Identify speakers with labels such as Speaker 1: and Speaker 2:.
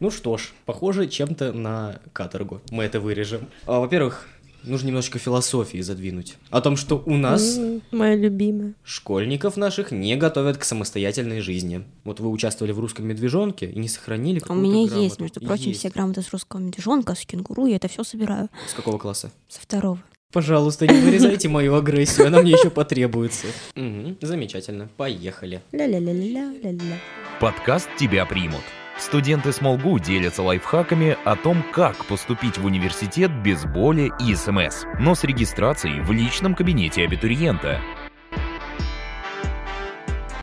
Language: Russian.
Speaker 1: Ну что ж, похоже чем-то на каторгу. Мы это вырежем. А, Во-первых, нужно немножечко философии задвинуть. О том, что у нас
Speaker 2: М, Моя любимая.
Speaker 1: школьников наших не готовят к самостоятельной жизни. Вот вы участвовали в русском медвежонке и не сохранили
Speaker 2: А у
Speaker 1: какую-то
Speaker 2: меня
Speaker 1: грамоту.
Speaker 2: есть, между прочим,
Speaker 1: Есть.
Speaker 2: все грамоты с русского медвежонка, с кенгуру, я это все собираю
Speaker 1: С какого класса?
Speaker 2: со второго.
Speaker 1: Пожалуйста, не вырезайте мою агрессию, она мне еще потребуется. Мгм, Замечательно, поехали.
Speaker 2: Ля-ля-ля-ля, ля-ля.
Speaker 3: Подкаст тебя примут. Студенты Смолгу делятся лайфхаками о том, как поступить в университет без боли и СМС, но с регистрацией в личном кабинете абитуриента.